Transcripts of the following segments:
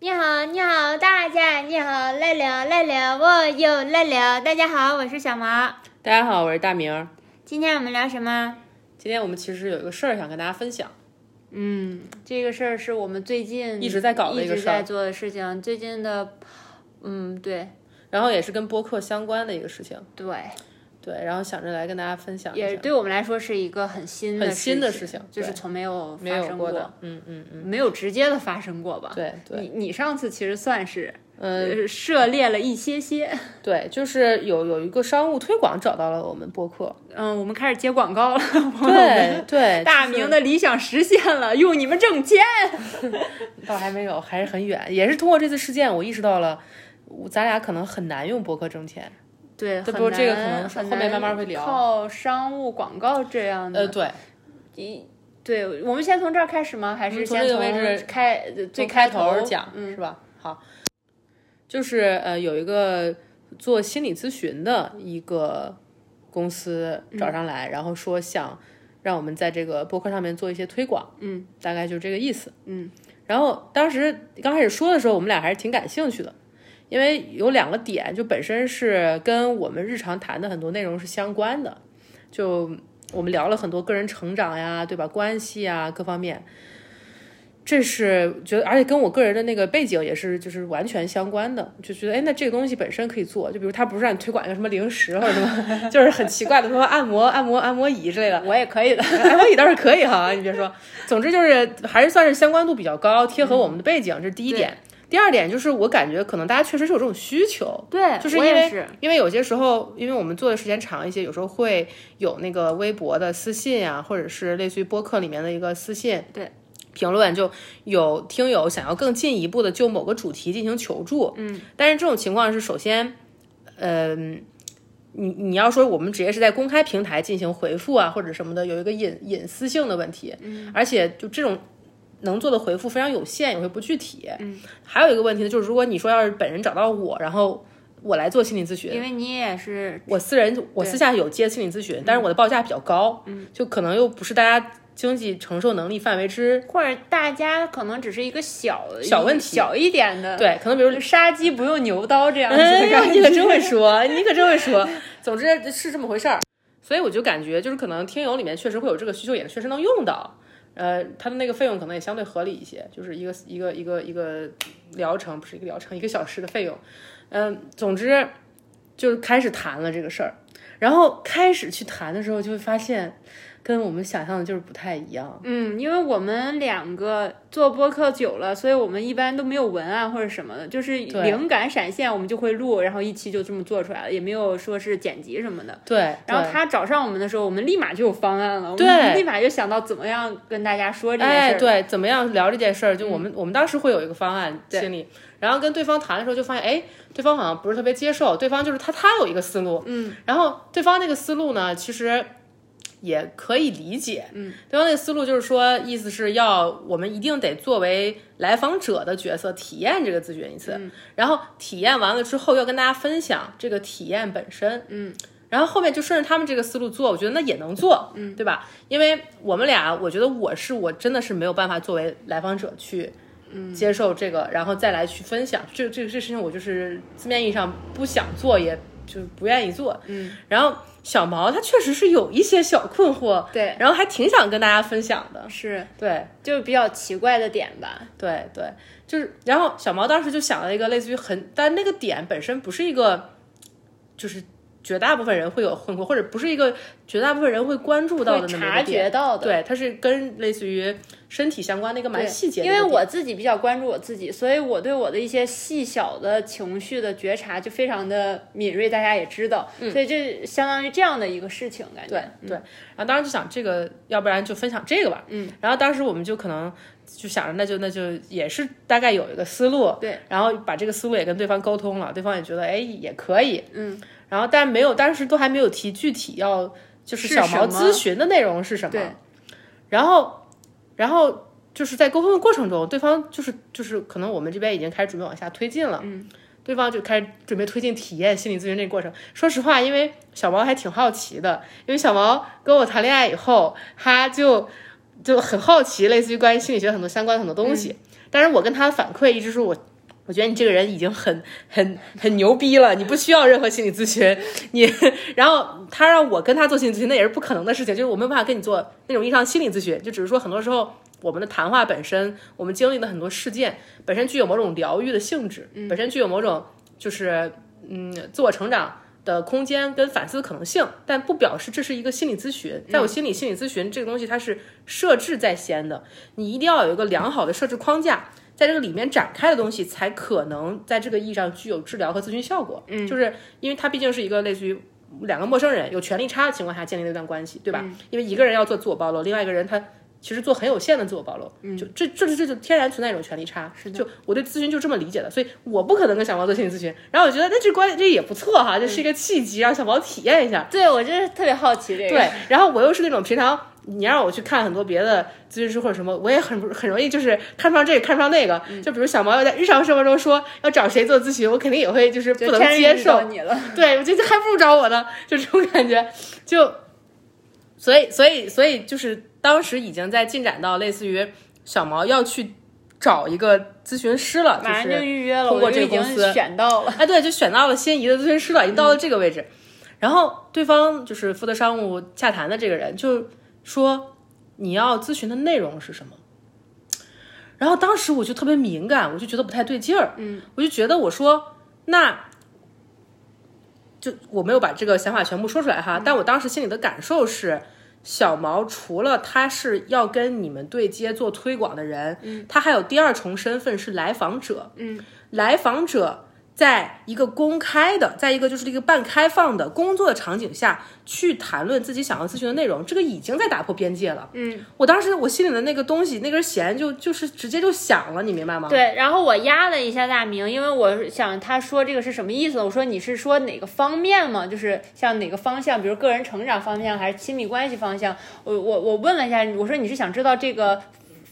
你好，你好，大家你好，来了来了，我又来了。大家好，我是小毛。大家好，我是大明儿。今天我们聊什么？今天我们其实有一个事儿想跟大家分享，嗯，这个事儿是我们最近一直在搞的一一个直事在儿，做的事情。最近的，嗯，对然后也是跟播客相关的一个事情，对，对，然后想着来跟大家分享一也下，对我们来说是一个很新的很新的事事情就是对从没有没发有生过的，嗯嗯嗯，没有直接的发生过吧？对对，你你上次其实算是嗯、呃涉猎了一些些，对，就是有有一个商务推广找到了我们播客，嗯，我们开始接广告了，朋友们对 对，大就是明的理想实现了，用你们挣钱。倒还没有，还是很远，也是通过这次事件，我意识到了。我咱俩可能很难用播客挣钱，对，这很不难这个可能是很后面难慢慢会聊靠商务广告这样呃，的，对，一对，我们先从这儿开始吗？还是嗯从先这个位置开呃最从开头讲、嗯，是吧？好，就是呃，有一个做心理咨询的一个公司嗯找上来，然后说想让我们在这个播客上面做一些推广，嗯，大概就是这个意思，嗯。然后当时刚开始说的时候，我们俩还是挺感兴趣的，因为有两个点，就本身是跟我们日常谈的很多内容是相关的，就我们聊了很多个人成长呀，对吧？关系啊，各方面，这是觉得，而且跟我个人的那个背景也是就是完全相关的，就觉得哎，那这个东西本身可以做，就比如他不是让你推广一个什么零食或者什么， 就是很奇怪的说按摩、按摩、按摩椅之类的，我也可以的，哎，我椅倒是可以 哈，你别说，总之就是还是算是相关度比较高，贴合我们的背景，这是第一点。第二点就是我感觉可能大家确实是有这种需求，对，就是因我也为是因为有些时候，因为我们做的时间长一些，有时候会有那个微博的私信啊，或者是类似于播客里面的一个私信，对。评论就有听友想要更进一步的就某个主题进行求助，嗯，但是这种情况是首先，嗯、你你要说我们直接是在公开平台进行回复啊或者什么的，有一个隐隐私性的问题，嗯，而且就这种能做的回复非常有限，有些不具体，嗯，还有一个问题呢，就是如果你说要是本人找到我，然后我来做心理咨询，因为你也是我私人我私下有接心理咨询，但是我的报价比较高，嗯，就可能又不是大家经济承受能力范围之，或者大家可能只是一个小小问一题小一点的，，对，可能比如。杀鸡不用牛刀 这样子哎的呀，感你可觉。真会 说，你可真会说。总之是这么回事儿，所以我就感觉就是可能听友里面确实会有这个需求，也确实能用到。呃，它的那个费用可能也相对合理一些，就是一个一个一个一个疗程，不是一个疗程，一个小时的费用。嗯、总之就是开始谈了这个事儿，然后开始去谈的时候，就会发现跟我们想象的就是不太一样。嗯，因为我们两个做播客久了，所以我们一般都没有文案或者什么的，就是对灵感闪现我们就会录，然后一期就这么做出来了，也没有说是剪辑什么的。对，然后对他找上我们的时候，我们立马就有方案了，我们对立马就想到怎么样跟大家说这件哎，事儿。嗯对，怎么样聊这件事儿？就我们、我们当时会有一个方案对心里，然后跟对方谈的时候就发现，哎，对方好像不是特别接受，对方就是他他有一个思路，嗯，然后对方那个思路呢，其实。也可以理解，嗯，对方那个思路就是说，意思是要我们一定得作为来访者的角色体验这个咨询一次，嗯然后体验完了之后要跟大家分享这个体验本身，嗯，然后后面就顺着他们这个思路做，我觉得那也能做，嗯，对吧？因为我们俩，我觉得我是我真的是没有办法作为来访者去。接受这个，然后再来去分享，这这这事情我就是字面意义上不想做，也就不愿意做。嗯，然后小毛他确实是有一些小困惑，对然后还挺想跟大家分享的。是对就是比较奇怪的点吧。对对，就是，然后小毛当时就想了一个类似于很，但那个点本身不是一个，就是绝大部分人会有困惑，或者不是一个绝大部分人会关注到的会那么一察个觉点。到的，对，它是跟类似于身体相关的一个蛮对细节的一因个为点，我自己比较关注我自己，所以我对我的一些细小的情绪的觉察就非常的敏锐，大家也知道，所以这相当于这样的一个事情感觉。嗯对对，然后当时就想这个，要不然就分享这个吧。嗯，然后当时我们就可能就想着，那就那就也是大概有一个思路，对，然后把这个思路也跟对方沟通了，对方也觉得哎也可以，嗯，然后但没有，当时都还没有提具体要就是是小什毛么咨询的内容是什么，对然后然后就是在沟通的过程中，对方就是就是可能我们这边已经开始准备往下推进了，嗯。对方就开始准备推进体验心理咨询这个过程。说实话，因为小毛还挺好奇的，因为小毛跟我谈恋爱以后，他就就很好奇，类似于关于心理学很多相关的很多东西。但是我跟他的反馈一直是我，我觉得你这个人已经很很很牛逼了，你不需要任何心理咨询。你， 然后他让我跟他做心理咨询，那也是不可能的事情，就是我没有办法跟你做那种意义上心理咨询，就只是说很多时候我们的谈话本身，我们经历的很多事件本身具有某种疗愈的性质，本身具有某种就是嗯自我成长。的空间跟反思的可能性，但不表示这是一个心理咨询。在我心里，心理咨询这个东西它是设置在先的，你一定要有一个良好的设置框架，在这个里面展开的东西，才可能在这个意义上具有治疗和咨询效果。嗯，就是因为它毕竟是一个类似于两个陌生人有权利差的情况下建立的一段关系，对吧？因为一个人要做自我暴露，另外一个人他。其实做很有限的自我暴露，就这这这就天然存在一种权利差。就我对咨询就这么理解的，所以我不可能跟小毛做心理咨询。然后我觉得那这关这也不错哈，这是一个契机，让小毛体验一下。对我就是特别好奇这个。对，然后我又是那种平常你让我去看很多别的咨询师或者什么，我也很很容易就是看不上这个看不上那个。就比如小毛要在日常生活中说要找谁做咨询，我肯定也会就是不就能天然接遇到受。你了，对，我觉得还不如找我呢，就这种感觉，就，所以，所以，所以，就是当时已经在进展到类似于小毛要去找一个咨询师了，马上就就是预约了，通过我这就个已公经司选到了。哎，对，就选到了心仪的咨询师了，已嗯经到了这个位置。然后对方就是负责商务洽谈的这个人，就说你要咨询的内容是什么。然后当时我就特别敏感，我就觉得不太对劲儿，嗯，我就觉得我说那，就我没有把这个想法全部说出来哈，但我当时心里的感受是，小毛除了他是要跟你们对接做推广的人，嗯，他还有第二重身份是来访者，嗯，来访者在一个公开的，在一个就是一个半开放的工作的场景下去谈论自己想要咨询的内容，这个已经在打破边界了。嗯，我当时我心里的那个东西，那根弦就就是直接就响了，你明白吗？对，然后我压了一下大明，因为我想他说这个是什么意思呢？我说你是说哪个方面吗？就是像哪个方向，比如个人成长方向还是亲密关系方向？我我我问了一下，我说你是想知道这个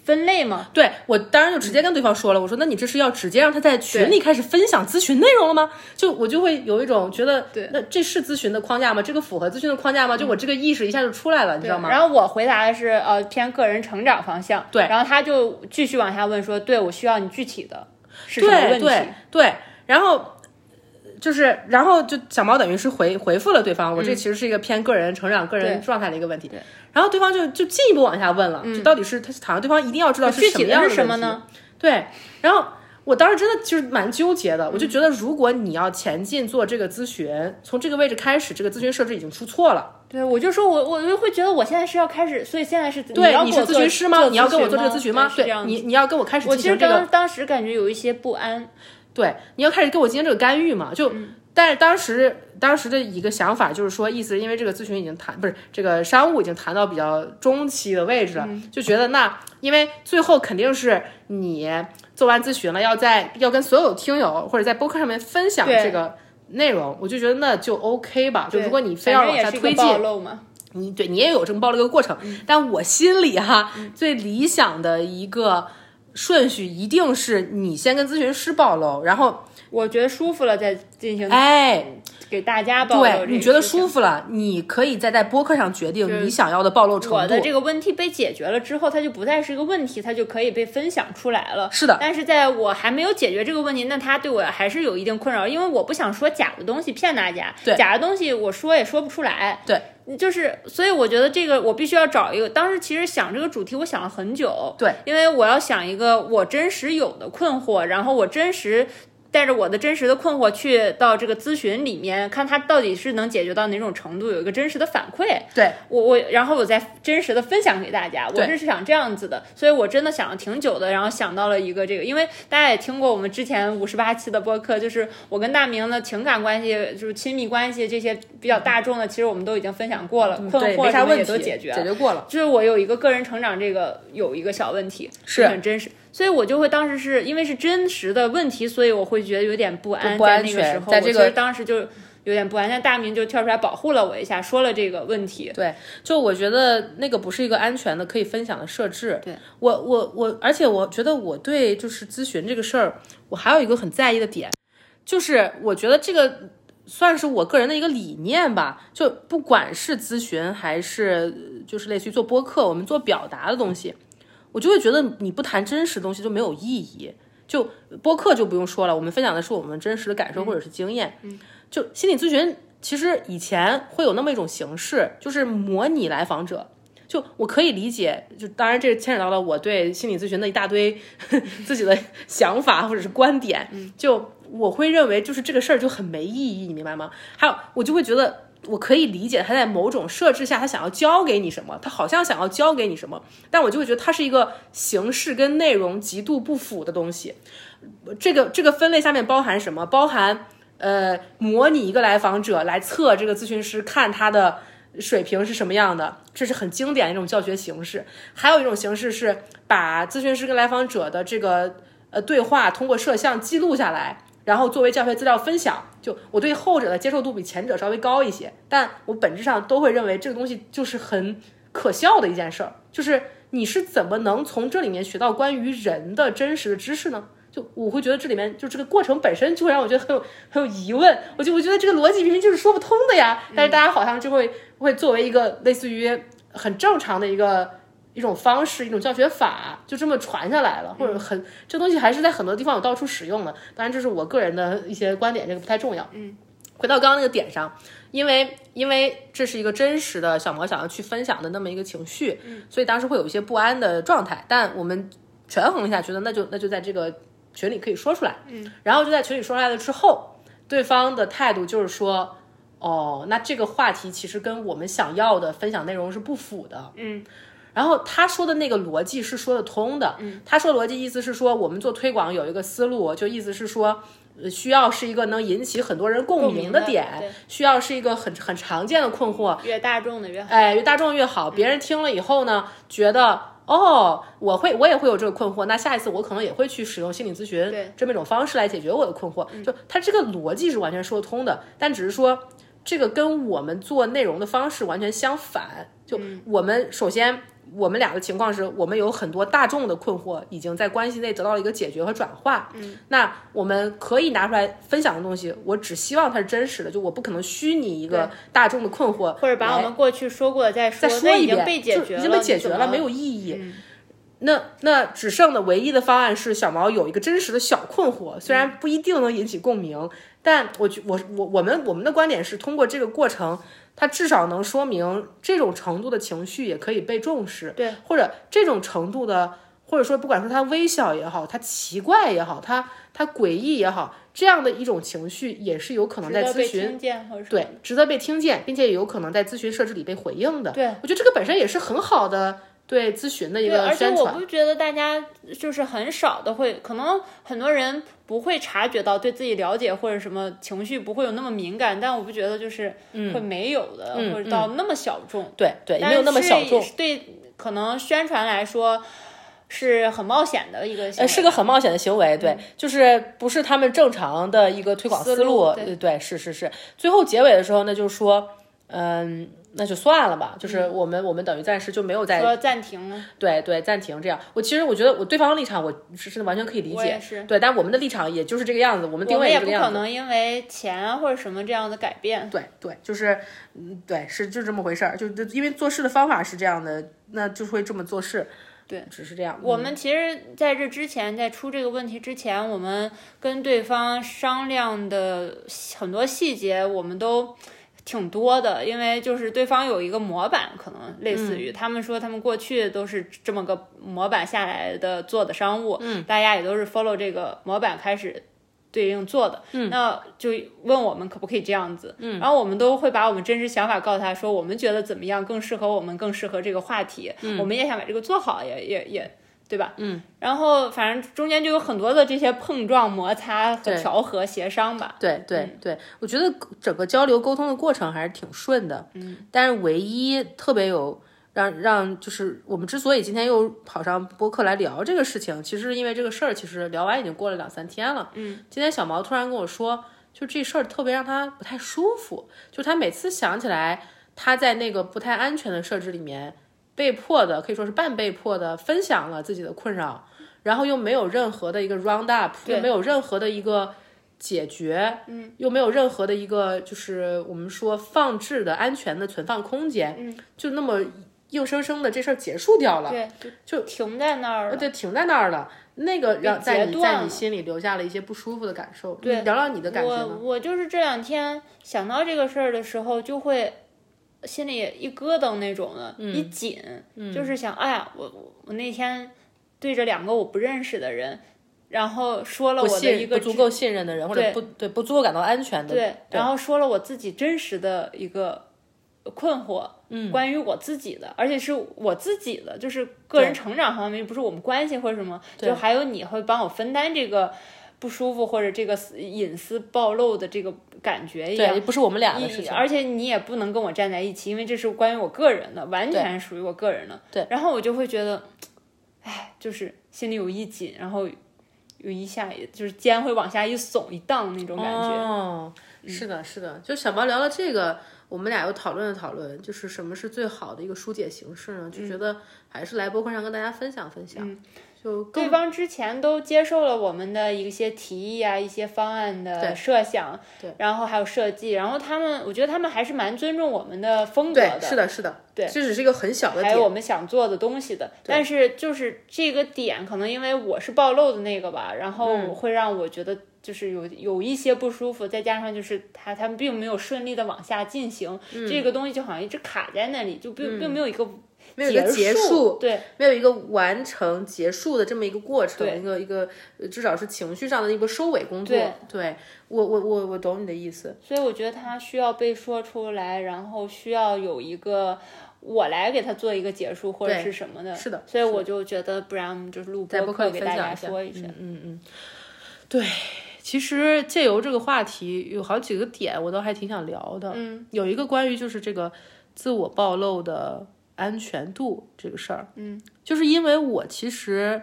分类吗？对我当然就直接跟对方说了，我说那你这是要直接让他在群里开始分享咨询内容了吗？就我就会有一种觉得，对那这是咨询的框架吗？这个符合咨询的框架吗？就我这个意识一下就出来了，你知道吗？然后我回答的是呃偏个人成长方向，对然后他就继续往下问说，对我需要你具体的是什么对问题？对对，然后呃就是，然后就小毛等于是回回复了对方，我这其实是一个偏个人成长、个嗯人对嗯状态的一个问题。然后对方就就进一步往下问了，就到底是他好像对方一定要知道是具什么体样的的是什么问题呢？对，然后我当时真的就是蛮纠结的，我就觉得如果你要前进做这个咨询，从这个位置开始，这个咨询设置已经出错了。对，我就说我我就会觉得我现在是要开始，所以现在是对，要你你是咨询师吗？你要跟我做这个咨询吗？对，是对这样，子你你要跟我开始我进其实行这刚个，当时感觉有一些不安，对，你要开始跟我进行这个干预嘛？就，嗯但是当时当时的一个想法就是说，意思是因为这个咨询已经谈不是这个商务已经谈到比较中期的位置了，嗯就觉得那因为最后肯定是你做完咨询了，要在要跟所有听友或者在播客上面分享对这个内容，我就觉得那就 OK 吧。就对如果你非要反正往也下是一个推进，暴嗯露嘛，你对你也有这么暴露一个过程，但我心里哈、嗯最理想的一个顺序一定是你先跟咨询师暴露，然后我觉得舒服了再进行哎，给大家嗯暴露这个事对情。你觉得舒服了，你可以再在播客上决定你想要的暴露程我度的。这个问题被解决了之后，它就不再是一个问题，它就可以被分享出来了。是的但是在我还没有解决这个问题，那它对我还是有一定困扰，因为我不想说假的东西骗大家，对假的东西我说也说不出来。嗯对，就是，所以我觉得这个我必须要找一个。当时其实想这个主题，我想了很久。对，因为我要想一个我真实有的困惑，然后我真实带着我的真实的困惑去到这个咨询里面，看它到底是能解决到哪种程度，有一个真实的反馈。对，我我，然后我再真实的分享给大家，我对这是想这样子的，所以我真的想了挺久的，然后想到了一个这个，因为大家也听过我们之前五十八期的播客，就是我跟大明的情感关系，就是亲密关系这些比较大众的，其实我们都已经分享过了，困嗯对，惑没啥什么问也题，都解决了，解决过了。就是我有一个个人成长，这个有一个小问题，是就很真实，所以我就会当时是因为是真实的问题，所以我会觉得有点不安，就不安在那全个时候，在这个我其实当时就有点不安，但大明就跳出来保护了我一下，说了这个问题，对，就我觉得那个不是一个安全的可以分享的设置。对我我我，而且我觉得我对就是咨询这个事儿，我还有一个很在意的点，就是我觉得这个算是我个人的一个理念吧。就不管是咨询还是呃就是类似于做播客，我们做表达的东西，我就会觉得你不谈真实的东西就没有意义。就播客就不用说了，我们分享的是我们真实的感受或者是经验。嗯，就心理咨询，其实以前会有那么一种形式，就是模拟来访者。就我可以理解，就当然这牵扯到了我对心理咨询的一大堆自己的想法或者是观点。就我会认为，就是这个事儿就很没意义，你明白吗？还有，我就会觉得我可以理解他在某种设置下，他想要教给你什么，他好像想要教给你什么，但我就会觉得它是一个形式跟内容极度不符的东西。这个这个分类下面包含什么？包含呃，模拟一个来访者来测这个咨询师，看他的水平是什么样的，这是很经典的一种教学形式。还有一种形式是把咨询师跟来访者的这个呃对话通过摄像记录下来，然后作为教学资料分享。就我对后者的接受度比前者稍微高一些，但我本质上都会认为这个东西就是很可笑的一件事儿，就是你是怎么能从这里面学到关于人的真实的知识呢？就我会觉得这里面就这个过程本身就会让我觉得很有很有疑问，我就我觉得这个逻辑明明就是说不通的呀，但是大家好像就会会作为一个类似于很正常的一个一种方式一种教学法，就这么传下来了，或者很这东西还是在很多地方有到处使用的。当然这是我个人的一些观点，这个不太重要。嗯，回到刚刚那个点上，因为因为这是一个真实的小毛想要去分享的那么一个情绪，所以当时会有一些不安的状态，但我们权衡一下，觉得那就那就在这个。群里可以说出来，嗯，然后就在群里说出来了之后，对方的态度就是说，哦，那这个话题其实跟我们想要的分享内容是不符的，嗯，然后他说的那个逻辑是说得通的，嗯，他说逻辑意思是说我们做推广有一个思路，就意思是说。呃需要是一个能引起很多人共共鸣鸣的的点，对需要是一个很很常见的困惑，越大众的越好。嗯哎，越大众越好。别人听了以后呢，觉得哦，我会，我也会有这个困惑。那下一次我可能也会去使用心理咨询对嗯这么一种方式来解决我的困惑。就它这个逻辑是完全说得通的，但只是说这个跟我们做内容的方式完全相反。就嗯我们首先。我们俩的情况是我们有很多大众的困惑已经在关系内得到了一个解决和转化。嗯，那我们可以拿出来分享的东西，我只希望它是真实的，就我不可能虚拟一个大众的困惑，或者把我们过去说过的再说，再说那一已经遍，被就解决已了，经被解你决怎么了，嗯没有意义。那那只剩的唯一的方案是小毛有一个真实的小困惑，虽嗯然不一定能引起共鸣，但我觉我我我们我们的观点是通过这个过程，它至少能说明这种程度的情绪也可以被重视，对，或者这种程度的，或者说不管说它微小也好，它奇怪也好，它它诡异也好，这样的一种情绪也是有可能值在得咨被询听见或者对，值得被听见，并且也有可能在咨询设置里被回应的。对，我觉得这个本身也是很好的对咨询的一对，个而且宣我传。不觉得大家就是很少的会，可能很多人不会察觉到对自己了解或者什么情绪不会有那么敏感，但我不觉得就是会没有的，嗯或者到那么小众，对对，也但没有那么是小众，对，可能宣传来说是很冒险的一个行为，呃，嗯是个很冒险的行为。对，就是不是他们正常的一个推广思思路对呃对，是是是。最后结尾的时候呢，就是说，嗯，那就算了吧，就是我们、我们等于暂时就没有在说暂停嗯了，对对，暂停这样。我其实我觉得我对方的立场我是是完全可以理我也解，是。对，但我们的立场也就是这个样子，我们定我们位也是这不个样可子。能因为钱啊或者什么这样的改变，对对，就是，嗯，对，是就这么回事儿，就就因为做事的方法是这样的，那就会这么做事。对，只是这样。嗯我们其实在这之前，在出这个问题之前，我们跟对方商量的很多细节，我们都挺多的，因为就是对方有一个模板，可能类似于、他们说他们过去都是这么个模板下来的做的商务，嗯，大家也都是 follow 这个模板开始。对应做的，嗯，那就问我们可不可以这样子，嗯，然后我们都会把我们真实想法告诉他说，我们觉得怎么样更适合我们，更适合这个话题，嗯、我们也想把这个做好，也也也对吧？嗯，然后反正中间就有很多的这些碰撞、摩擦和对调和、协商吧。嗯对对对，我觉得整个交流沟通的过程还是挺顺的。嗯，但是唯一特别有让让就是我们之所以今天又跑上播客来聊这个事情，其实因为这个事儿，其实聊完已经过了两三天了。嗯，今天小毛突然跟我说，就这事儿特别让他不太舒服，就他每次想起来他在那个不太安全的设置里面。被迫的，可以说是半被迫的分享了自己的困扰，然后又没有任何的一个 round up，又没有任何的一个解决，嗯，又没有任何的一个就是我们说放置的安全的存放空间，嗯，就那么硬生生的这事儿结束掉了，对，就停在那儿呃了。对，停在那儿了。那个让被在截你断在你了心里留下了一些不舒服的感受。对你聊聊你的感觉我呢？我就是这两天想到这个事儿的时候，就会心里一咯噔那种的，一嗯紧，就是想，哎呀，我我我那天对着两个我不认识的人，然后说了不我的信一个不足够信任的人，或者对不对不足够感到安全的，对，然后说了我自己真实的一个困惑，嗯，关于我自己的，而且是我自己的，就是个人成长方面，不是我们关系或者什么，就还有你会帮我分担这个不舒服或者这个私隐私暴露的这个感觉一样。对，不是我们俩的事一情。而且你也不能跟我站在一起，因为这是关于我个人的，完全属于我个人的。对，然后我就会觉得，哎，就是心里有一紧，然后有一下，就是肩会往下一耸一荡那种感觉。哦，是的，是的，就小毛聊了这个，我们俩又讨论了讨论，就是什么是最好的一个疏解形式呢？就觉得还是来播客上跟大家分享分享，就更对方之前都接受了我们的一些提议啊，一些方案的设想，对，然后还有设计，然后他们，我觉得他们还是蛮尊重我们的风格对，的，是的，是的，对，这只是一个很小的还点，有我们想做的东西的。但是就是这个点，可能因为我是暴露的那个吧，然嗯后会让我觉得就是有有一些不舒服，再加上就是他他们并没有顺利的往下进行，嗯这个东西就好像一直卡在那里，就并、并没有一个没有一个结束，对没有一个完成结束的这么一个过程，一个一个呃至少是情绪上的一个收尾工作。对对我我我我懂你的意思，所以我觉得它需要被说出来，然后需要有一个我来给它做一个结束或者是什么的。是的所以我就觉得，不然我们就是录在播客客里给分大享家一下说一下。嗯嗯嗯，对。其实借由这个话题，有好几个点我都还挺想聊的。嗯，有一个关于就是这个自我暴露的安全度这个事儿。嗯，就是因为我其实，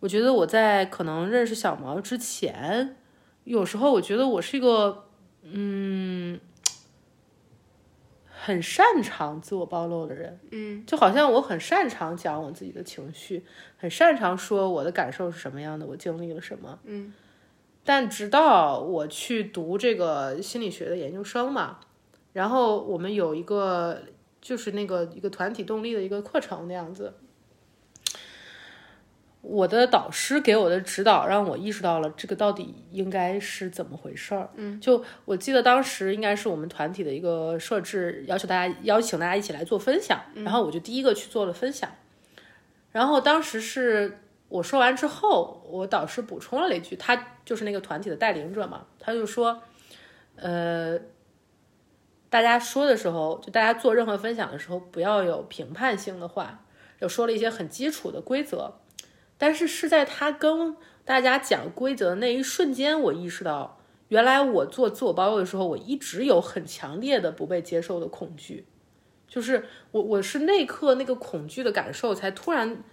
我觉得我在可能认识小毛之前，有时候我觉得我是一个嗯，很擅长自我暴露的人。嗯，就好像我很擅长讲我自己的情绪，很擅长说我的感受是什么样的，我经历了什么。嗯，但直到我去读这个心理学的研究生嘛，然后我们有一个就是那个一个团体动力的一个课程那样子。我的导师给我的指导，让我意识到了这个到底应该是怎么回事儿。嗯，就我记得当时应该是我们团体的一个设置，要求大家邀请大家一起来做分享，然后我就第一个去做了分享。然后当时是我说完之后，我导师补充了一句，他就是那个团体的带领者嘛，他就说，呃，大家说的时候，就大家做任何分享的时候，不要有评判性的话，有说了一些很基础的规则，但是是在他跟大家讲规则的那一瞬间，我意识到。原来我做自我暴露的时候，我一直有很强烈的不被接受的恐惧，就是我我是那一刻那个恐惧的感受才突然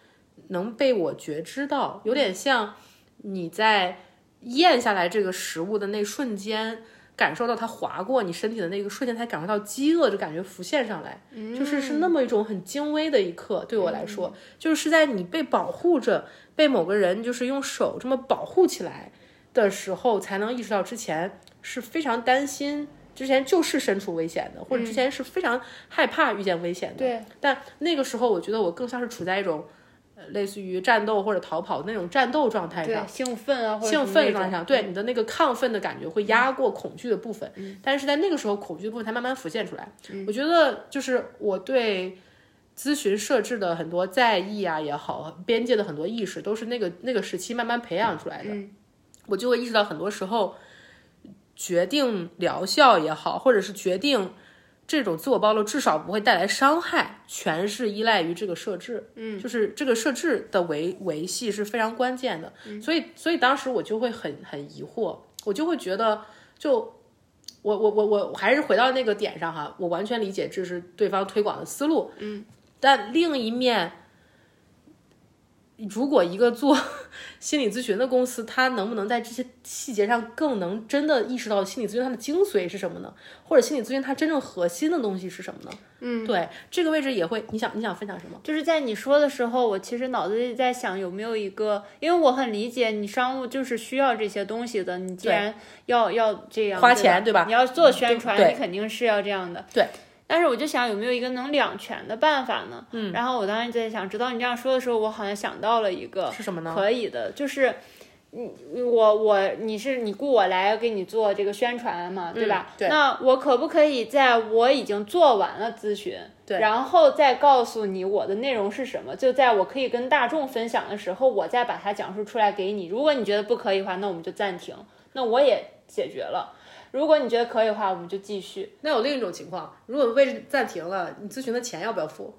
能被我觉知到，有点像你在咽下来这个食物的那瞬间，感受到它划过你身体的那个瞬间，才感受到饥饿，就感觉浮现上来，就是是那么一种很精微的一刻。对我来说，就是是在你被保护着，被某个人就是用手这么保护起来的时候，才能意识到之前是非常担心。之前就是身处危险的，或者之前是非常害怕遇见危险的。对，但那个时候，我觉得我更像是处在一种呃类似于战斗或者逃跑那种战斗状态上，对，兴奋啊，或者兴奋的状态上，上，对你的那个亢奋的感觉会嗯压过恐惧的部分，但是在那个时候，恐惧的部分才慢慢浮现出来。嗯我觉得就是我对咨询设置的很多在意啊也好，边界的很多意识，都是那个那个时期慢慢培养出来的。嗯我就会意识到，很多时候决定疗效也好，或者是决定这种自我暴露至少不会带来伤害，全是依赖于这个设置。嗯，就是这个设置的维维系是非常关键的。所以，所以当时我就会很很疑惑，我就会觉得，就我我我我我还是回到那个点上哈，我完全理解这是对方推广的思路。嗯，但另一面。如果一个做 心理咨询的公司，它能不能在这些细节上更能真的意识到心理咨询它的精髓是什么呢？或者心理咨询它真正核心的东西是什么呢？嗯，对，这个位置也会，你想你想分享什么？就是在你说的时候，我其实脑子里在想有没有一个，因为我很理解你商务就是需要这些东西的。你既然要要这样花对钱对吧嗯你要做宣传，对你肯定是要这样的。对。但是我就想有没有一个能两全的办法呢？嗯，然后我当时在想，直到你这样说的时候，我好像想到了一个是什么呢？可以的，就是你我我你是你雇我来给你做这个宣传嘛，对吧？嗯对那我可不可以在我已经做完了咨询，对然后再告诉你我的内容是什么？就在我可以跟大众分享的时候，我再把它讲述出来给你。如果你觉得不可以的话，那我们就暂停，那我也解决了。如果你觉得可以的话，我们就继续。那有另一种情况，如果位置暂停了，你咨询的钱要不要付？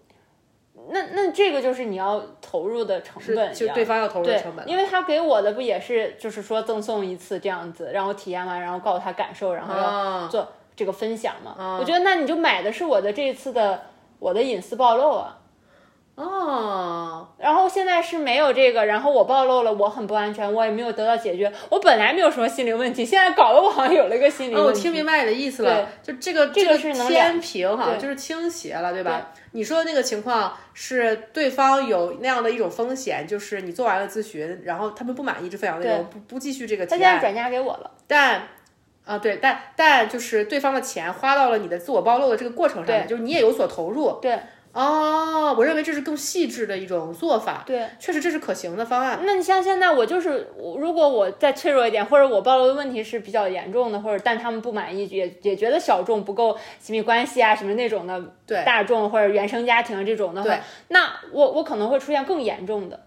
那那这个就是你要投入的成本一样，就对方要投入的对成本，因为他给我的不也是就是说赠送一次这样子，让我体验完，然后告诉他感受，然后要啊做这个分享嘛。哦我觉得那你就买的是我的这一次的我的隐私暴露啊。哦，然后现在是没有这个，然后我暴露了，我很不安全，我也没有得到解决。我本来没有什么心理问题，现在搞得我好像有了一个心理哦，我问题。听明白你的意思了，就这个这个个是能天平哈，对就是倾斜了，对吧？你说的那个情况是对方有那样的一种风险，就是你做完了咨询，然后他们不满意这份内容，不不继续这个他提现在案，转嫁给我了，但。啊，对，但但就是对方的钱花到了你的自我暴露的这个过程上面，就是你也有所投入。对哦，我认为这是更细致的一种做法，对。确实这是可行的方案。那你像现在我就是，我如果我再脆弱一点，或者我暴露的问题是比较严重的，或者但他们不满意，也也觉得小众不够亲密关系啊什么那种的，对大众或者原生家庭这种的话对，那我我可能会出现更严重的，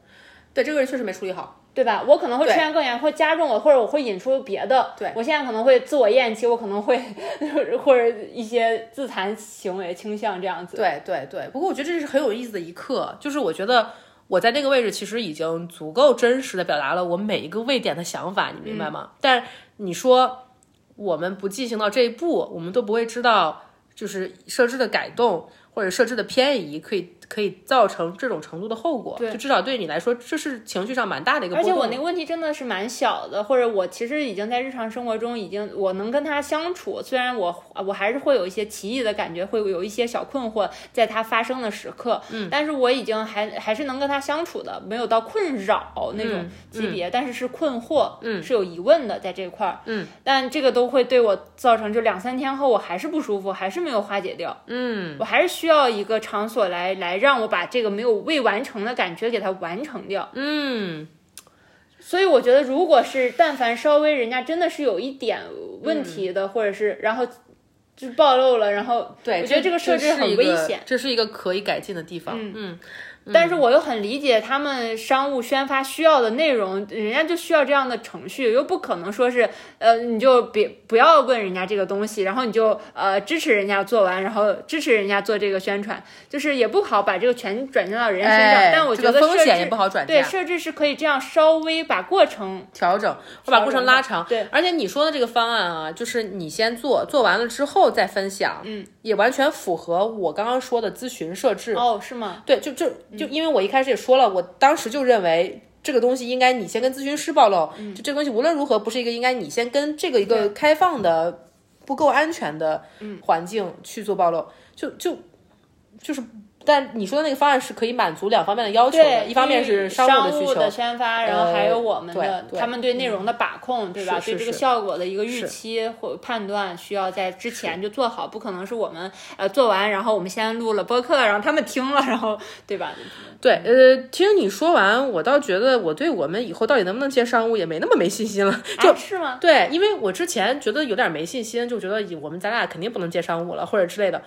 对，这个人确实没处理好。对吧？我可能会出对现更严，会加重我，或者我会引出别的。对我现在可能会自我厌弃，我可能会 或者一些自残行为倾向这样子。对对对，不过我觉得这是很有意思的一刻，就是我觉得我在那个位置其实已经足够真实的表达了我每一个位点的想法，你明白嗯吗？但你说我们不进行到这一步，我们都不会知道，就是设置的改动或者设置的偏移可以。可以造成这种程度的后果，对就至少对你来说，这是情绪上蛮大的一个而波且动的。我那个问题真的是蛮小的，或者我其实已经在日常生活中已经我能跟他相处，虽然我我还是会有一些奇异的感觉，会有一些小困惑在他发生的时刻，嗯，但是我已经还还是能跟他相处的，没有到困扰那种级别，但是是困惑，嗯，是有疑问的在这块儿，嗯，但这个都会对我造成就两三天后我还是不舒服，还是没有化解掉，嗯，我还是需要一个场所来来让我把这个没有未完成的感觉给它完成掉，嗯所以我觉得，如果是但凡稍微人家真的是有一点问题的，或者是然后就暴露了，然后嗯对，我觉得这个设置是很一危个险，这是一个可以改进的地方。嗯但是我又很理解他们商务宣发需要的内容，人家就需要这样的程序，又不可能说是呃你就别不要问人家这个东西，然后你就呃支持人家做完，然后支持人家做这个宣传，就是也不好把这个全转嫁到人家身上。但我觉哎这得个风设险置也不好转对嫁。设置是可以这样稍微把过程调整，我把过程拉长。对，而且你说的这个方案啊，就是你先做，做完了之后再分享，嗯，也完全符合我刚刚说的咨询设置。哦是吗？对，就就就因为我一开始也说了，我当时就认为。这个东西应该你先跟咨询师暴露，就这个东西无论如何不是一个应该你先跟这个一个开放的、不够安全的环境去做暴露，就就就是，但你说的那个方案是可以满足两方面的要求的，对，一方面对于是商务的需求，呃宣发，然后还有我们的对对嗯他们对内容的把控，对吧？是对这个是效果的一个预期或判断，需要在之前就做好，不可能是我们呃做完，然后我们先录了播客，然后他们听了，然后对吧？对，呃，听你说完，我倒觉得我对我们以后到底能不能接商务也没那么没信心了。 啊，是吗？对，因为我之前觉得有点没信心，就觉得我们咱俩肯定不能接商务了，或者之类的。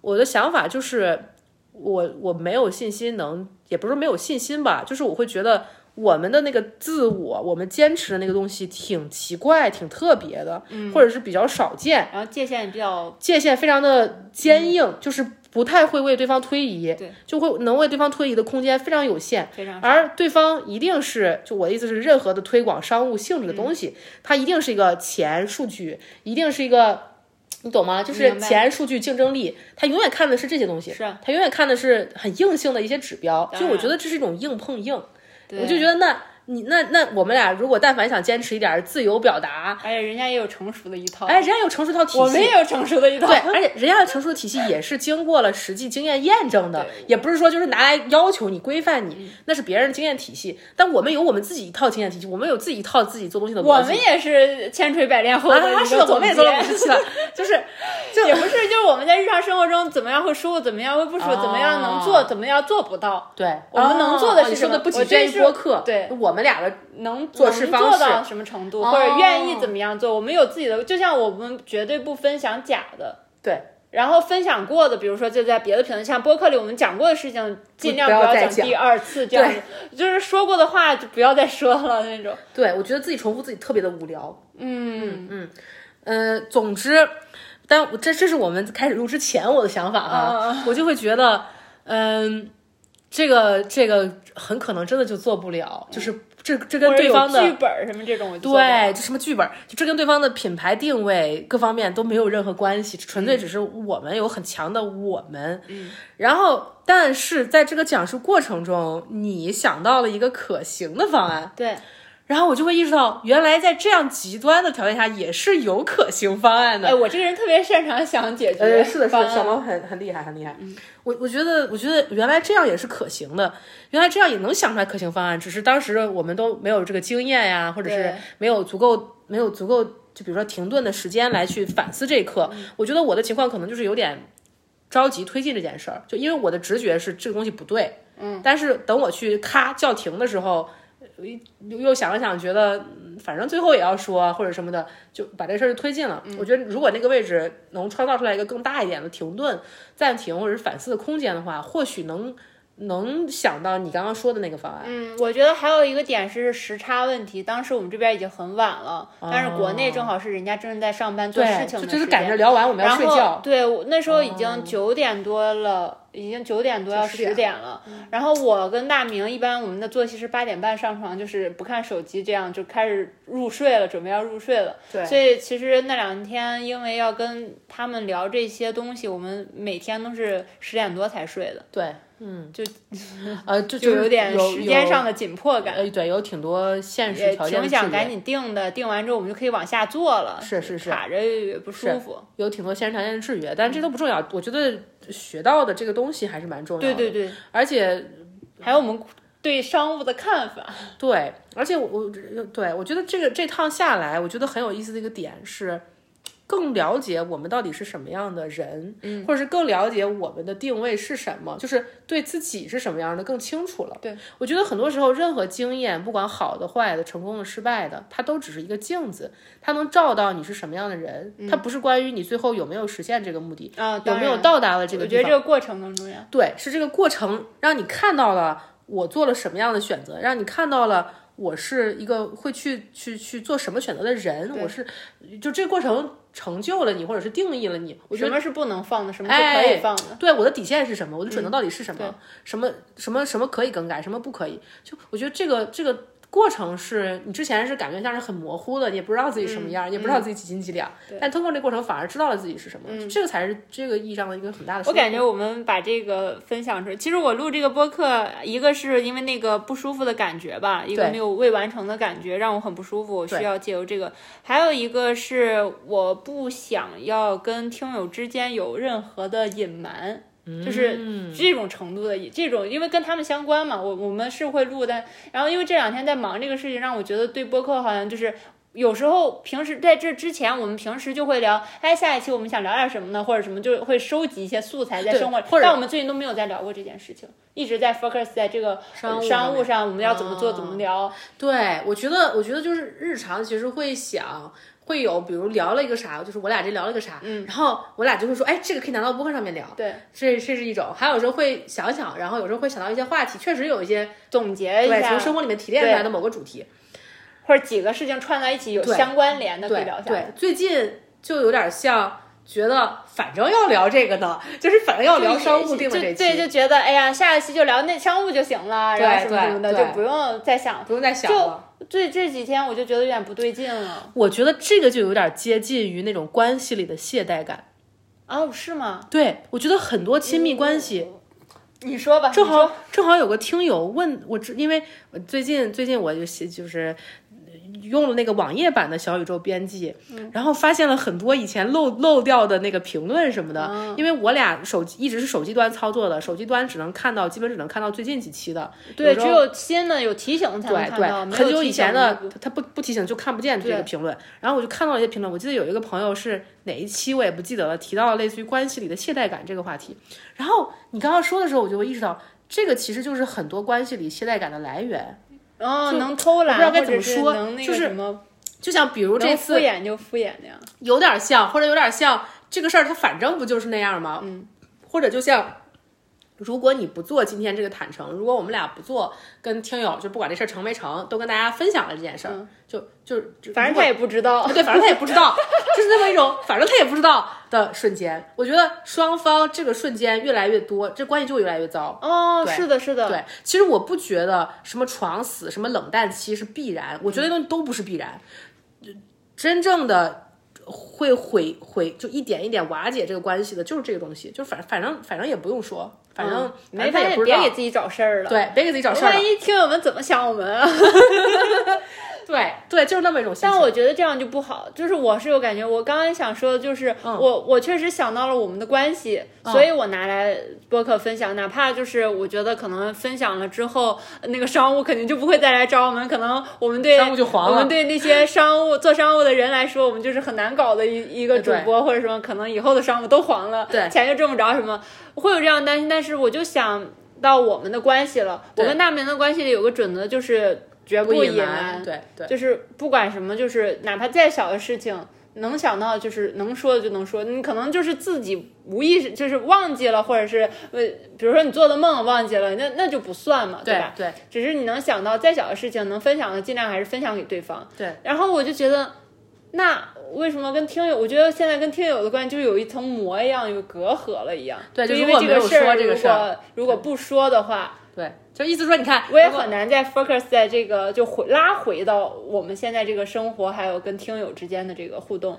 我的想法就是，我我没有信心能，也不是没有信心吧，就是我会觉得我们的那个自我，我们坚持的那个东西挺奇怪、挺特别的，或者是比较少见。然后界限比较界限非常的坚硬，就是不太会为对方推移，对，就会能为对方推移的空间非常有限，非常而对方一定是，就我的意思是，任何的推广商务性质的东嗯西，它一定是一个钱数据，一定是一个。你懂吗？就明是白钱、数据、竞争力，他永远看的是这些东西，是啊他永远看的是很硬性的一些指标。当就我然觉得这是一种硬碰硬，对我就觉得那你那那我们俩如果但凡想坚持一点儿自由表达，而且人家也有成熟的一套，哎，人家有成熟一套体系，我们也有成熟的一套，对，而且人家的成熟体系也是经过了实际经验验证的，也不是说就是拿来要求你、规范嗯你，那是别人经验体系。但我们有我们自己一套经验体系，我们有自己一套自己做东西的我逻辑。们也是千锤百炼后的一啊，个是的，我们也做了五总结十期了， 就是也不是，就是我们在日常生活中怎么样会舒服，怎么样会不舒服，哦怎么样能做，怎么样做不到，对，啊我们能做的是你什说么的不我仅这限于是播客，对我们俩的能做事方能做式到什么程度，哦或者愿意怎么样做。我们有自己的，就像我们绝对不分享假的。对，然后分享过的，比如说就在别的平台，像播客里我们讲过的事情，尽量不要要再讲讲第二次，这样子就是说过的话就不要再说了那 种。对，我觉得自己重复自己特别的无聊。嗯呃，总之，但我这这是我们开始录之前我的想法嗯啊，我就会觉得，嗯、这个这个很可能真的就做不了，就是这这跟或者对有方剧的。本儿什么这种，我就做不了对，就什么剧本，就这跟对方的品牌定位各方面都没有任何关系，纯嗯粹只是我们有很强的我们。嗯，然后，但是在这个讲述过程中，你想到了一个可行的方案，对，然后我就会意识到，原来在这样极端的条件下也是有可行方案的哎，。我这个人特别擅长想解决方案，嗯呃，是的，是的，小猫很很厉害，很厉害。我我觉得，我觉得原来这样也是可行的，原来这样也能想出来可行方案，只是当时我们都没有这个经验呀，或者是对没有足够没有足够，就比如说停顿的时间来去反思这一刻。我觉得我的情况可能就是有点着急推进这件事儿，就因为我的直觉是这个东西不对，嗯，但是等我去咔叫停的时候。呃又又想了想，觉得嗯反正最后也要说或者什么的，就把这事儿就推进了。我觉得如果那个位置能创造出来一个更大一点的停顿、暂停或者是反思的空间的话，或许能能想到你刚刚说的那个方案。嗯，我觉得还有一个点是时差问题。当时我们这边已经很晚了，但是国内正好是人家正在上班做事情的就哦就时是赶着间。聊完我们要然睡后觉，对，我那时候已经九点多了，已经九点多要10点嗯十点了。然后我跟大明一般我们的作息是八点半上床，就是不看手机，这样就开始入睡了，准备要入睡了。对所以其实那两天因为要跟他们聊这些东西，我们每天都是十点多才睡的，对，嗯，就呃就就是有点时间上的紧迫感。呃对，有挺多现实也呃条件的挺制想约赶紧定的，定完之后我们就可以往下做了。是是是卡着也不舒服。有挺多现实条件的制约，但这都不重要。我觉得学到的这个东西还是蛮重要的。对对对，而且还有我们对商务的看法。对，而且我我对我觉得这个这趟下来，我觉得很有意思的一个点是，更了解我们到底是什么样的人，嗯，或者是更了解我们的定位是什么，就是对自己是什么样的更清楚了。对，我觉得很多时候任何经验，不管好的、坏的、成功的、失败的，它都只是一个镜子，它能照到你是什么样的人，它不是关于你最后有没有实现这个目的，啊，有当没有然到达了这个我地觉得方。这个过程更重要。对，是这个过程让你看到了我做了什么样的选择，让你看到了我是一个会去去去做什么选择的人，我是就这个过程成就了你，或者是定义了你。我觉什么是不能放的，什么是可哎以放的？对我的底线是什么，我的准则到底是什么，什么什么什么可以更改，什么不可以。就我觉得这个这个过程是你之前是感觉像是很模糊的，你也不知道自己什么样，也不知道自己几斤几两，但通过这个过程反而知道了自己是什么，这个才是这个意义上的一个很大的收我获。感觉我们把这个分享出来。其实我录这个播客，一个是因为那个不舒服的感觉吧，一个对没有未完成的感觉让我很不舒服，我需要借由这个；还有一个是我不想要跟听友之间有任何的隐瞒。就是这种程度的，这种因为跟他们相关嘛，我我们是会录但然后因为这两天在忙这个事情，让我觉得对播客好像就是有时候平时在这之前，我们平时就会聊，哎，下一期我们想聊点什么呢？或者什么，就会收集一些素材在对生活。或者但我们最近都没有再聊过这件事情，一直在 focus 在这个商务上商务面上，我们要怎么做，怎么聊。对，我觉得，我觉得就是日常其实会想，会有比如聊了一个啥，就是我俩这聊了一个啥，嗯，然后我俩就会说，哎，这个可以拿到播客上面聊，对，这这是一种，还有时候会想想，然后有时候会想到一些话题，确实有一些总结一对下从，生活里面提炼出来的某个主题，或者几个事情串在一起有对相关联的可以对聊下来对，。最近就有点像觉得反正要聊这个呢，就是反正要聊商务定就的这期，对，就觉得哎呀，下一期就聊那商务就行了，然后什对么什么的，对就对不用再想。不用再想就了。对，这几天我就觉得有点不对劲了。我觉得这个就有点接近于那种关系里的懈怠感。哦，是吗？对，我觉得很多亲密关系，你说吧，正你说好正好有个听友问我知，因为我最近最近我就写就是用了那个网页版的小宇宙编辑，嗯然后发现了很多以前漏漏掉的那个评论什么的。嗯因为我俩手机一直是手机端操作的，手机端只能看到，基本只能看到最近几期的。对，时只有新的有提醒才能对看对到，，没很有久提以醒前的的他他不不提醒就看不见这个对评论。然后我就看到了一些评论，我记得有一个朋友是哪一期我也不记得了，提到了类似于关系里的懈怠感这个话题。然后你刚刚说的时候，我就会意识到这个其实就是很多关系里懈怠感的来源。哦，能偷懒，不知道该或怎么者是说能那就个是什么，就像比如这能次敷衍就敷衍那样。有点像，或者有点像这个事儿，它反正不就是那样吗？嗯，或者就像。如果你不做今天这个坦诚，如果我们俩不做跟听友，就不管这事儿成没成，都跟大家分享了这件事儿、就就就嗯反正他也不知道， 哦对，反正他也不知道，就是那么一种，反正他也不知道的瞬间。我觉得双方这个瞬间越来越多，这关系就会越来越糟。哦，对是的，是的，对，其实我不觉得什么床死、什么冷淡期是必然，我觉得那东西都不是必然。嗯真正的会毁毁，就一点一点瓦解这个关系的，就是这个东西。就反反正反正也不用说，反正、嗯没反法正他也不知别道给。自己找事儿了。，对，别给自己找事儿了万。一听友们怎么想我们啊？对对，就是那么一种心但情。我觉得这样就不好，就是我是有感觉，我刚刚想说的就是，嗯我我确实想到了我们的关系，所以我拿来播客分享，哪怕就是我觉得可能分享了之后，那个商务肯定就不会再来找我们，可能我们对商务就黄了我们对那些商务做商务的人来说，我们就是很难搞的一一个主对播或者什么，可能以后的商务都黄了，对钱就挣不着什么，会有这样担心，但是我就想到我们的关系了，我对跟大明的关系里有个准则就是绝不隐隐瞒，对对。就是不管什么，就是哪怕再小的事情，能想到就是能说的就能说。你可能就是自己无意识，就是忘记了，或者是呃，比如说你做的梦忘记了，那那就不算嘛，对吧？对只是你能想到再小的事情，能分享的尽量还是分享给对方。对。然后我就觉得，那为什么跟听友？我觉得现在跟听友的关系就有一层膜一样，有隔阂了一样。对就就因如为果这没个有事说儿，这个如事儿果如果不说的话，对，就意思说，你看，我也如果很难再 focus 在这个就回拉回到我们现在这个生活，还有跟听友之间的这个互动，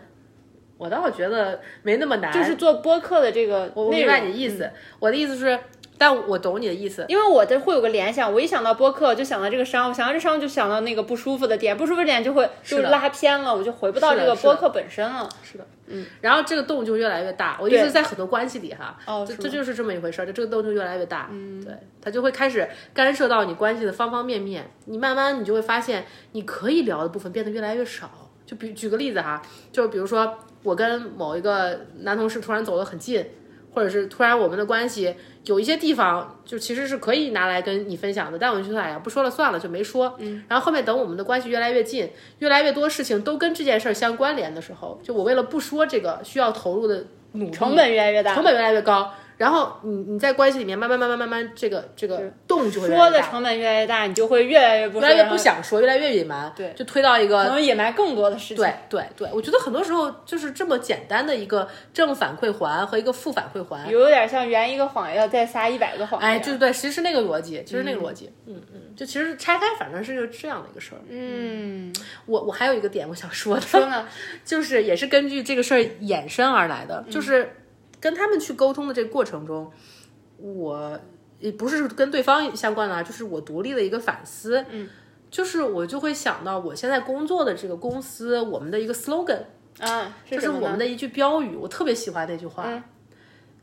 我倒觉得没那么难，就是做播客的这个我我内明白容。你的意思，我的意思是，但我懂你的意思，嗯因为我的会有个联想，我一想到播客就想到这个伤，我想到这伤就想到那个不舒服的点，不舒服的点就会就是的拉偏了，我就回不到是这的个是播的客本身了。是的，嗯，然后这个洞就越来越大，我的意对思是在很多关系里哈，哦这是这就是这么一回事儿，就这个洞就越来越大，嗯，对，它就会开始干涉到你关系的方方面面，你慢慢你就会发现，你可以聊的部分变得越来越少，就比举个例子哈，就比如说我跟某一个男同事突然走得很近。或者是突然我们的关系有一些地方就其实是可以拿来跟你分享的，但我就说哎呀不说了算了就没说。嗯，然后后面等我们的关系越来越近，越来越多事情都跟这件事儿相关联的时候，就我为了不说这个需要投入的努力成本越来越大，成本越来越高，然后你你在关系里面慢慢慢慢慢慢这个这个洞就会越来说越的大成本越来越大，你就会越来越不越来越然后不想说，越来越隐瞒，对就推到一个可能隐瞒更多的事情。对对对，我觉得很多时候就是这么简单的一个正反馈环和一个负反馈环，有点像圆一个谎要再撒一百个谎一样。哎，就是对，其实是那个逻辑，其实那个逻辑，嗯嗯，就其实拆开，反正是个这样的一个事儿。嗯，我我还有一个点我想说的，说 呢？就是也是根据这个事儿衍生而来的，就是跟他们去沟通的这个过程中，我也不是跟对方相关的啊，就是我独立的一个反思，嗯，就是我就会想到我现在工作的这个公司，我们的一个 slogan，啊，就是什么呢嗯我们的一句标语，我特别喜欢那句话，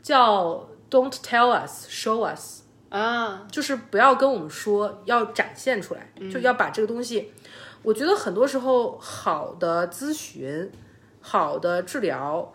叫 "Don't tell us, show us"。啊，嗯就是不要跟我们说，要展现出来，就要把这个东西。我觉得很多时候，好的咨询、好的治疗、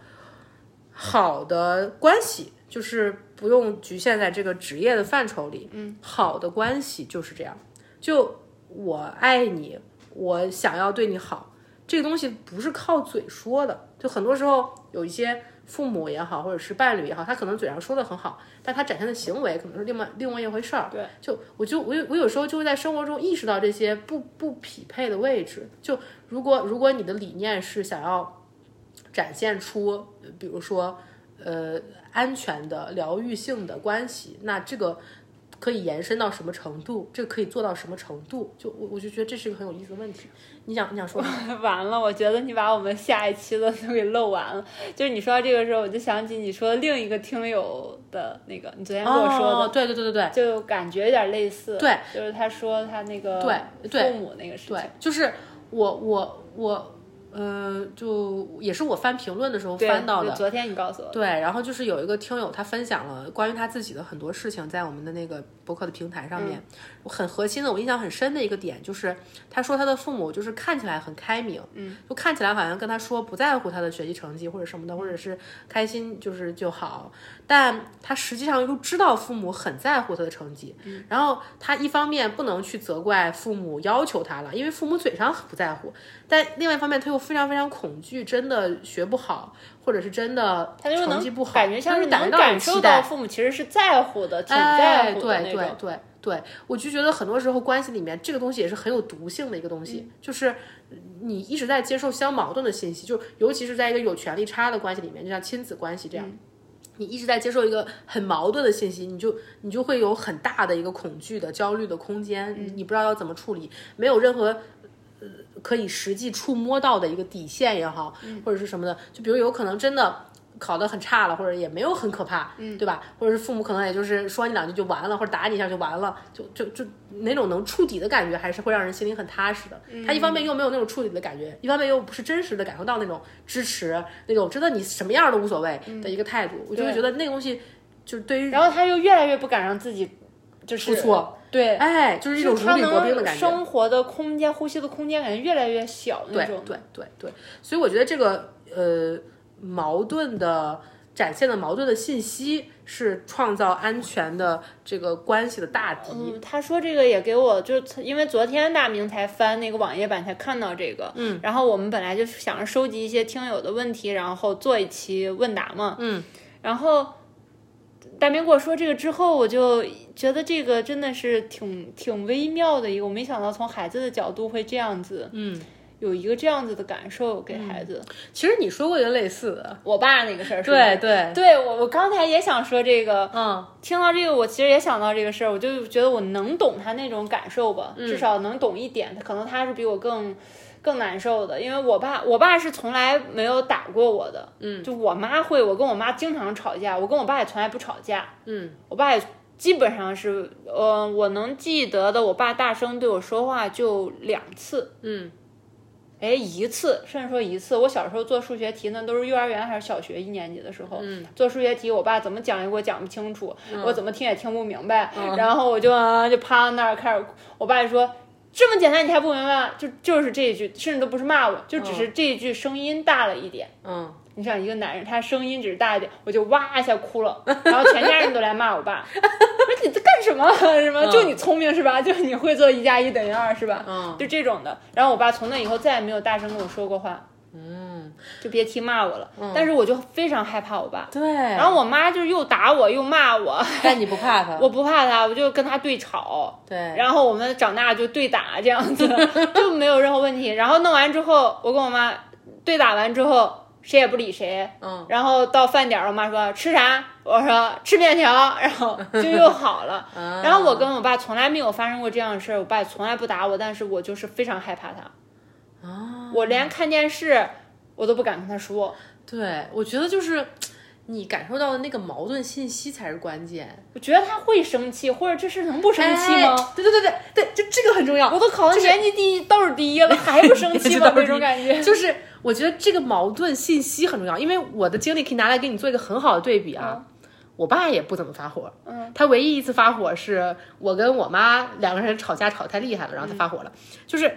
好的关系，就是不用局限在这个职业的范畴里。嗯，好的关系就是这样。就我爱你，我想要对你好，这个东西不是靠嘴说的。就很多时候有一些父母也好，或者是伴侣也好，他可能嘴上说的很好，但他展现的行为可能是另外另外一回事儿。对，就我就我有我有时候就会在生活中意识到这些不不匹配的位置。就如果如果你的理念是想要展现出，呃比如说呃安全的、疗愈性的关系，那这个可以延伸到什么程度，这个可以做到什么程度，就我我就觉得这是一个很有意思的问题。你想你想说什么？ 完了，我觉得你把我们下一期的都给漏完了。就是你说到这个时候，我就想起你说另一个听友的那个，你昨天跟我说的，哦，对对对对对。就感觉有点类似。对，就是他说他那个对对父母那个事情。对，就是我我我，呃，就也是我翻评论的时候对翻到的就，昨天你告诉我的，对，然后就是有一个听友他分享了关于他自己的很多事情，在我们的那个博客的平台上嗯面，我很核心的，我印象很深的一个点就是，他说他的父母就是看起来很开明，嗯，就看起来好像跟他说不在乎他的学习成绩或者什么的，或者是开心就是就好，但他实际上又知道父母很在乎他的成绩，嗯然后他一方面不能去责怪父母要求他了，因为父母嘴上不在乎，但另外一方面他又非常非常恐惧，真的学不好。或者是真的他就呃成绩能不好，感觉像但是是感能觉到有感期受待到父母其实是在乎的，挺在哎，乎的那对对种。对对，我就觉得很多时候关系里面这个东西也是很有毒性的一个东嗯西，就是嗯你一直在接受相矛盾的信息，就尤其是在一个有权利差的关系里面，就像亲子关系这样。嗯你一直在接受一个很矛盾的信息，你就你就会有很大的一个恐惧的、焦虑的空间，嗯你不知道要怎么处理，没有任何可以实际触摸到的一个底线也好，嗯或者是什么的，就比如有可能真的考得很差了，或者也没有很可怕，嗯对吧？或者是父母可能也就是说你两句就完了，或者打你一下就完了，就就就那种能触底的感觉，还是会让人心里很踏实的。嗯他一方面又没有那种触底的感觉，一方面又不是真实的感受到那种支持，那种真的你什么样都无所谓嗯的一个态度，我就会觉得那个东西就是对于然后他又越来越不敢让自己就是出错，对，哎，就是一种如他履薄冰的能感觉。生活的空间、呼吸的空间感觉越来越小那种。对对对，所以我觉得这个呃矛盾的展现的矛盾的信息是创造安全的这个关系的大敌。嗯，他说这个也给我，就是因为昨天大明才翻那个网页版才看到这个，嗯，然后我们本来就是想着收集一些听友的问题，然后做一期问答嘛，嗯，然后大明跟我说这个之后，我就觉得这个真的是挺挺微妙的一个，我没想到从孩子的角度会这样子，嗯，有一个这样子的感受给孩子。其实你说过一个类似的，我爸那个事儿，是吧对对，对，我我刚才也想说这个，嗯，听到这个，我其实也想到这个事儿，我就觉得我能懂他那种感受吧，至少能懂一点。可能他是比我更更难受的，因为我爸，我爸是从来没有打过我的，嗯，就我妈会，我跟我妈经常吵架，我跟我爸也从来不吵架，嗯，我爸也基本上是，呃，我能记得的，我爸大声对我说话就两次，嗯，哎，一次，甚至说一次。我小时候做数学题呢，都是幼儿园还是小学一年级的时候，做数学题，我爸怎么讲也给我讲不清楚，我怎么听也听不明白，然后我就、啊就趴在那儿开始，我爸就说。这么简单你还不明白？就就是这一句，甚至都不是骂我，就只是这一句声音大了一点。嗯，你想一个男人，他声音只是大一点，我就哇一下哭了，然后全家人都来骂我 爸，说你在干什么？ 什么？就你聪明是吧？就你会做一加一等于二是吧？嗯就这种的。然后我爸从那以后再也没有大声跟我说过话，嗯，就别提骂我了。但是我就非常害怕我爸，对。然后我妈就是又打我又骂我， 但你不怕他，我不怕他，我就跟他对吵，对，然后我们长大就对打这样子， 就没有任何问题。然后弄完之后，我跟我妈对打完之后，谁也不理谁。嗯，然后到饭点儿，我妈说吃啥？我说吃面条，然后就又好了。 啊然后我跟我爸从来没有发生过这样的事儿，我爸从来不打我，但是我就是非常害怕他。啊，我连看电视我都不敢跟他说，对，我觉得就是你感受到的那个矛盾信息才是关键。我觉得他会生气，或者这事能不生气哎吗？？对对对对对，就这个很重要。我都考了年级第一，倒数第一了，还不生气吗？ 这倒是这种感觉。就是我觉得这个矛盾信息很重要，因为我的经历可以拿来给你做一个很好的对比啊。我爸也不怎么发火，嗯，他唯一一次发火是我跟我妈两个人吵架吵得太厉害了，然后他发火了。就是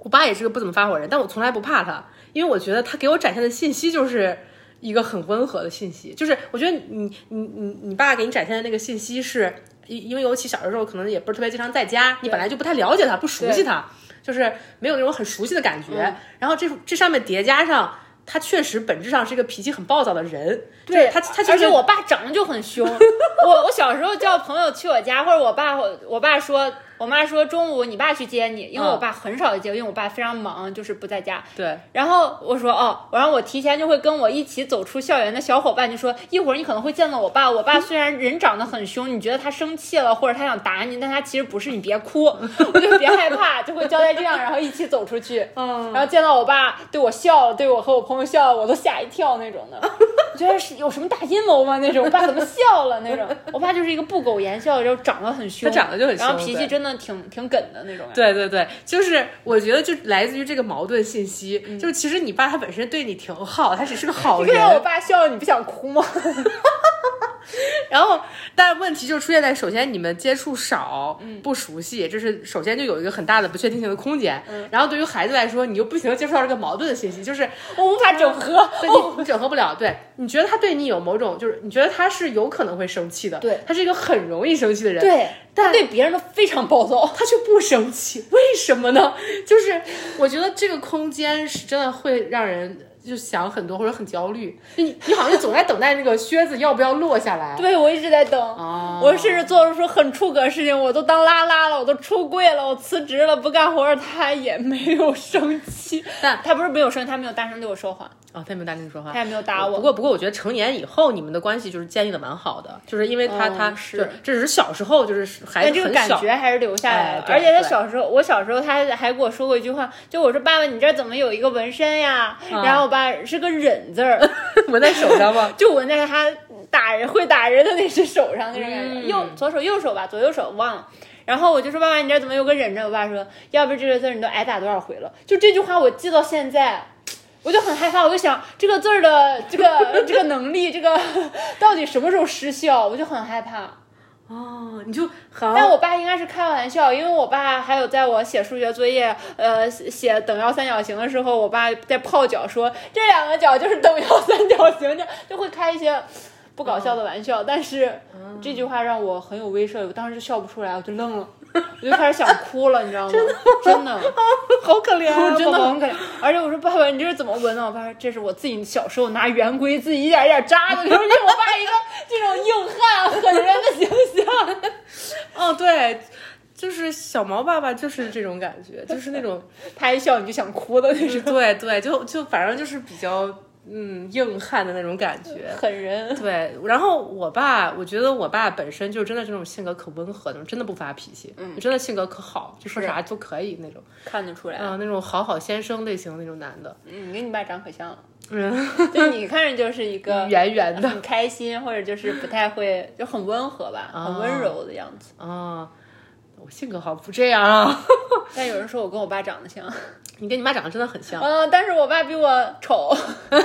我爸也是个不怎么发火人，但我从来不怕他，因为我觉得他给我展现的信息就是。一个很温和的信息，就是我觉得你你你你爸给你展现的那个信息是，因因为尤其小的时候可能也不是特别经常在家，你本来就不太了解他，不熟悉他，就是没有那种很熟悉的感觉。嗯然后这这上面叠加上，他确实本质上是一个脾气很暴躁的人，就是他他就而是且我爸长得就很凶。我我小时候叫朋友去我家，或者我爸我爸说我妈说中午你爸去接你，因为嗯我爸很少接我，因为我爸非常忙，就是不在家。对，然后我说哦，然后我提前就会跟我一起走出校园的小伙伴就说，一会儿你可能会见到我爸。我嗯爸虽然人长得很凶，你觉得他生气了或者他想打你，但他其实不是，你别 哭，我就别害怕，就会交代这样，然后一起走出 去。嗯，然后见到我爸对我笑了，对我和我朋友笑了，我都吓一跳那 种的。我觉得是有什么大阴谋吗？那种我爸怎么笑了那种？ 我爸就是一个不苟言笑，然后长得很凶，他长得就很凶然后脾气对真的挺挺梗的那种。，对对对，就是我觉得就来自于这个矛盾信息，嗯就是其实你爸他本身对你挺好，他只是个 好你看到我人，爸笑了，你不想哭 吗？然后但问题就出现在首先你们接触少，嗯不熟悉，这是首先就有一个很大的不确定性的空间，嗯然后对于孩子来说，你又不停的接触到这个矛盾的信息，就是嗯我无法整合。哦对你你整合不了，对，你觉得他对你有某种，就是你觉得他是有可能会生气的，对他是一个很容易生气的人，对，但他对别人都非常暴躁。他却不生气，为什么呢？ 就是我觉得这个空间是真的会让人就想很多，或者很焦虑。就你你好像就总在等待那个靴子要不要落下 来。对，我一直在等。啊，我甚至做出很出格的事情，我都当拉拉了，我都出柜了，我辞职了，不干活了，他也没有生气。 但他不是没有生气，他没有大声对我说话，啊，他也没有大声说话他。也没有打我。不过，不过，我觉得成年以后你们的关系就是建立的蛮好的，就是因为他、嗯他是就这只哦是哎小时候，就是孩但子这个很感小， 觉还是留下来哎了。对而且他对小时候，我小时候他还给我说过一句话，就我说：“爸爸，你这儿怎么有一个纹身呀？”嗯然后我爸是个忍字儿，纹在手上吗？就纹在他打人会打人的那只手上那种感觉，嗯右左手右手吧，左右手忘了。然后我就说爸爸，你这怎么有个忍着？我爸说，要不是这个字儿你都挨打多少回了？就这句话我记到现在，我就很害怕，我就想这个字儿的这个这个能力，这个 到底什么时候失效？我就很害怕。 哦，你就好，但我爸应该是开玩笑，因为我爸还有在我写数学作业，呃，写等腰三角形的时候，我爸在泡脚说这两个角就是等腰三角形，就就会开一些不搞笑的玩笑。但是这句话让我很有威慑力，我当时就笑不出来，我就愣了，我就开始想哭了，你知道吗？真的，真 的，哦好可怜、啊，我真的宝宝很可怜。而且我说爸爸，你这是怎么纹的？我爸说这是我自己小时候拿圆规自己一点一点扎的，因为我爸一个这种硬汉狠人的形象。哦，对，就是小毛爸爸就是这种感觉，就是那种他一笑你就想哭的 那种。对对，就就反正就是比较嗯硬汉的那种感觉。狠人，对，然后我爸，我觉得我爸本身就真的这种性格可温和，那种真的不发脾气，嗯，真的性格可好，就说是啥都可以那种，看得出来。啊，那种好好先生类型那种男的，嗯，你跟你爸长可像了， 嗯，就你看着就是一 个圆圆的很开心，或者就是不太会，就很温和吧，很温柔的样 子。啊。我性格好像不这样啊！ 但有人说我跟我爸长得像，你跟你妈长得真的很像，嗯，但是我爸比我丑。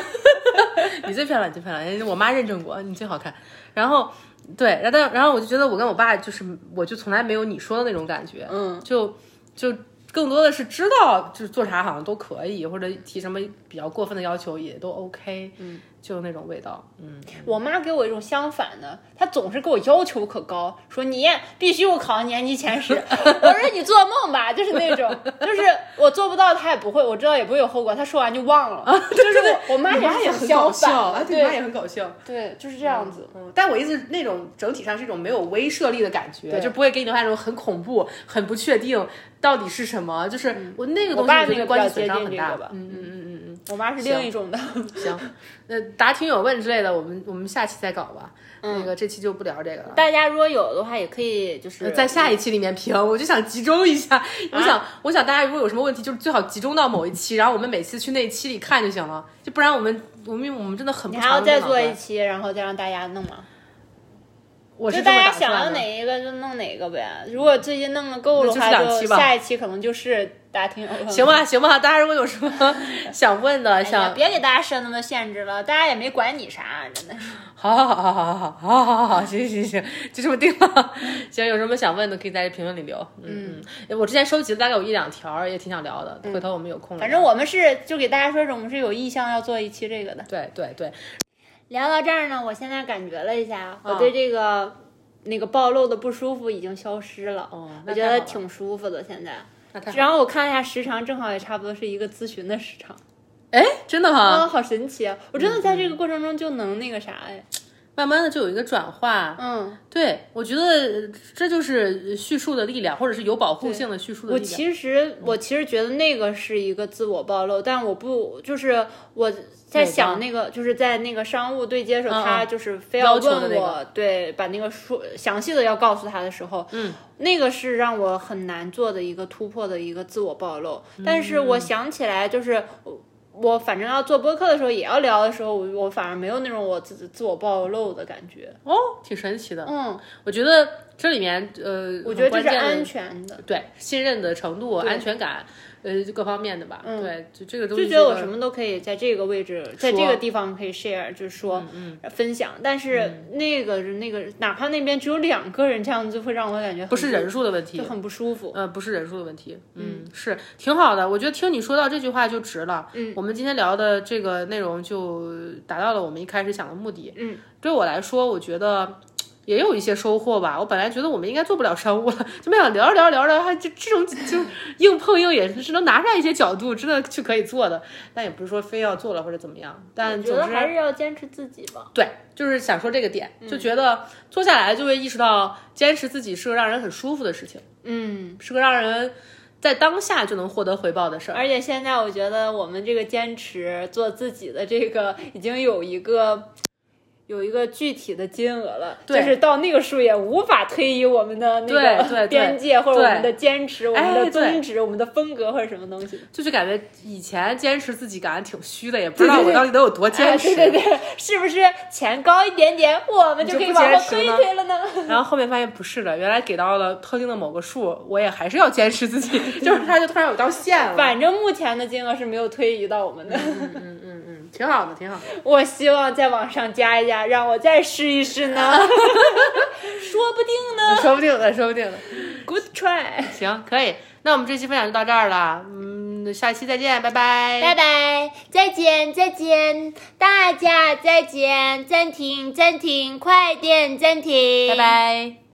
你最漂亮，你最漂亮，哎人家我妈认证过，你最好看。然后对，然后然后我就觉得我跟我爸就是，我就从来没有你说的那种感觉，嗯，就就更多的是知道，就是做啥好像都可以，或者提什么比较过分的要求也都 OK，嗯，就那种味道，嗯，我妈给我一种相反的，她总是给我要求可高，说你必须我考上年级前 十。我说你做梦吧，就是那 种，就是我做不到，她也不会，我知道也不会有后果。她说完就忘 了，就是我我妈你妈也也很是搞相笑，啊反的，对，你妈对也很搞笑。对，就是这样子。嗯，但我意思是那种整体上是一种没有威慑力的感觉，对就不会给你留下那种很恐怖、很不确定到底是什么，就是嗯我那个我东西，爸我觉那得个关系比损较伤接很近大这个吧，嗯嗯嗯嗯嗯。我妈是另一种的， 行，那呃答题有问之类的，我们我们下期再搞吧。嗯那个这期就不聊这个了。大家如果有的话，也可以就是在呃下一期里面评，我就想集中一下。我嗯想，我想大家如果有什么问题，就是最好集中到某一期，然后我们每次去那一期里看就行了。就不然我们，我们我们真的很你不还要常见再脑做子一期，然后再让大家弄嘛，我是就这大么家打想算要的哪一个就弄哪个呗。如果最近弄的够的那话，就是两就期吧下一期可能就是大家听友 行。吧，行吧，大家如果有什 么想问的，哎呀想别给大家设那么多限制了，大家也没管你啥，真的是。好好好好好好好好好好，行行行，就这么定了。 行，有什么想问的可以在评论里留。嗯嗯，我之前收集了大概有一两条儿，也挺想聊的，回头我们有空嗯反聊。正我们是就给大家说，我们是有意向要做一期这个的。对对对，聊到这儿呢，我现在感觉了一下，我嗯对这个、那个暴露的不舒服已经消失了，哦那我觉太好得了挺舒服的。现在，那太好了然后我看了一下时长，正好也差不多是一个咨询的时长。哎，真的哈、嗯啊，好神奇啊！我真的在这个过程中就能那个啥哎，慢慢的就有一个转化。嗯，对，我觉得这就是叙述的力量，或者是有保护性的叙述的我力量。其实我其实觉得那个是一个自我暴露，但我不就是我在哪个想那个，就是在那个商务对接的时候，嗯嗯他就是非要求的问那我，对，把那个说详细的要告诉他的时候，嗯，那个是让我很难做的一个突破的一个自我暴露。嗯但是我想起来，就是我我反正要做播客的时候，也要聊的时候，我我反而没有那种我自己自我暴露的感觉。哦，挺神奇的。嗯，我觉得这里面，呃，我觉得这是很关键的安全的，对信任的程度、安全感，呃，各方面的吧。嗯对，就这个东西就觉得我什么都可以在这个位置，在这说嗯个地方可以 share，就是说、分享。但是那个、那个，哪怕那边只有两个人，这样就会让我感觉很不是人数的问题就，很不舒服。呃，不是人数的问题，嗯，是挺好的。我觉得听你说到这句话就值了。嗯，我们今天聊的这个内容就达到了我们一开始想的目的。嗯，对我来说，我觉得嘖也有一些收获吧。我本来觉得我们应该做不了商务了，就没想聊着聊着聊着，还这这种就硬碰硬也是能拿出来一些角度，真的去可以做的。但也不是说非要做了或者怎么样。但我觉总得之，还是嗯要坚持自己吧。对，就是想说这个点，就觉得做下来就会意识到，坚持自己是个让人很舒服的事情。嗯，是个让人在当下就能获得回报的事儿。而且现在我觉得我们这个坚持做自己的这个，已经有一个。有一个具体的金额了，就对是到那个数也无法推移我们的那对对个对边界，或者我们的坚持、我们哎的对宗旨、我们的风格或者什么东西。就是感觉以前坚持自己感觉挺虚的，也不知道我到底能有多坚持。哎对对对， 是不是钱高一点点，我们就可以往后推一推了 呢？然后后面发现不是的，原来给到了特定的某个数，我也还是要坚持自己， 就是它就突然有道线了。反正目前的金额是没有推移到我 们的，嗯，挺好的，挺好的。我希望再往上加一加，让我再试一试 呢，说不定呢。 说不定的，说不定的。 Good try，行，可以。那我们这期分享就到这儿了，嗯，下期再见，拜拜。拜拜，再见，再见，大家再见，暂停，暂停，快点暂停，拜。拜。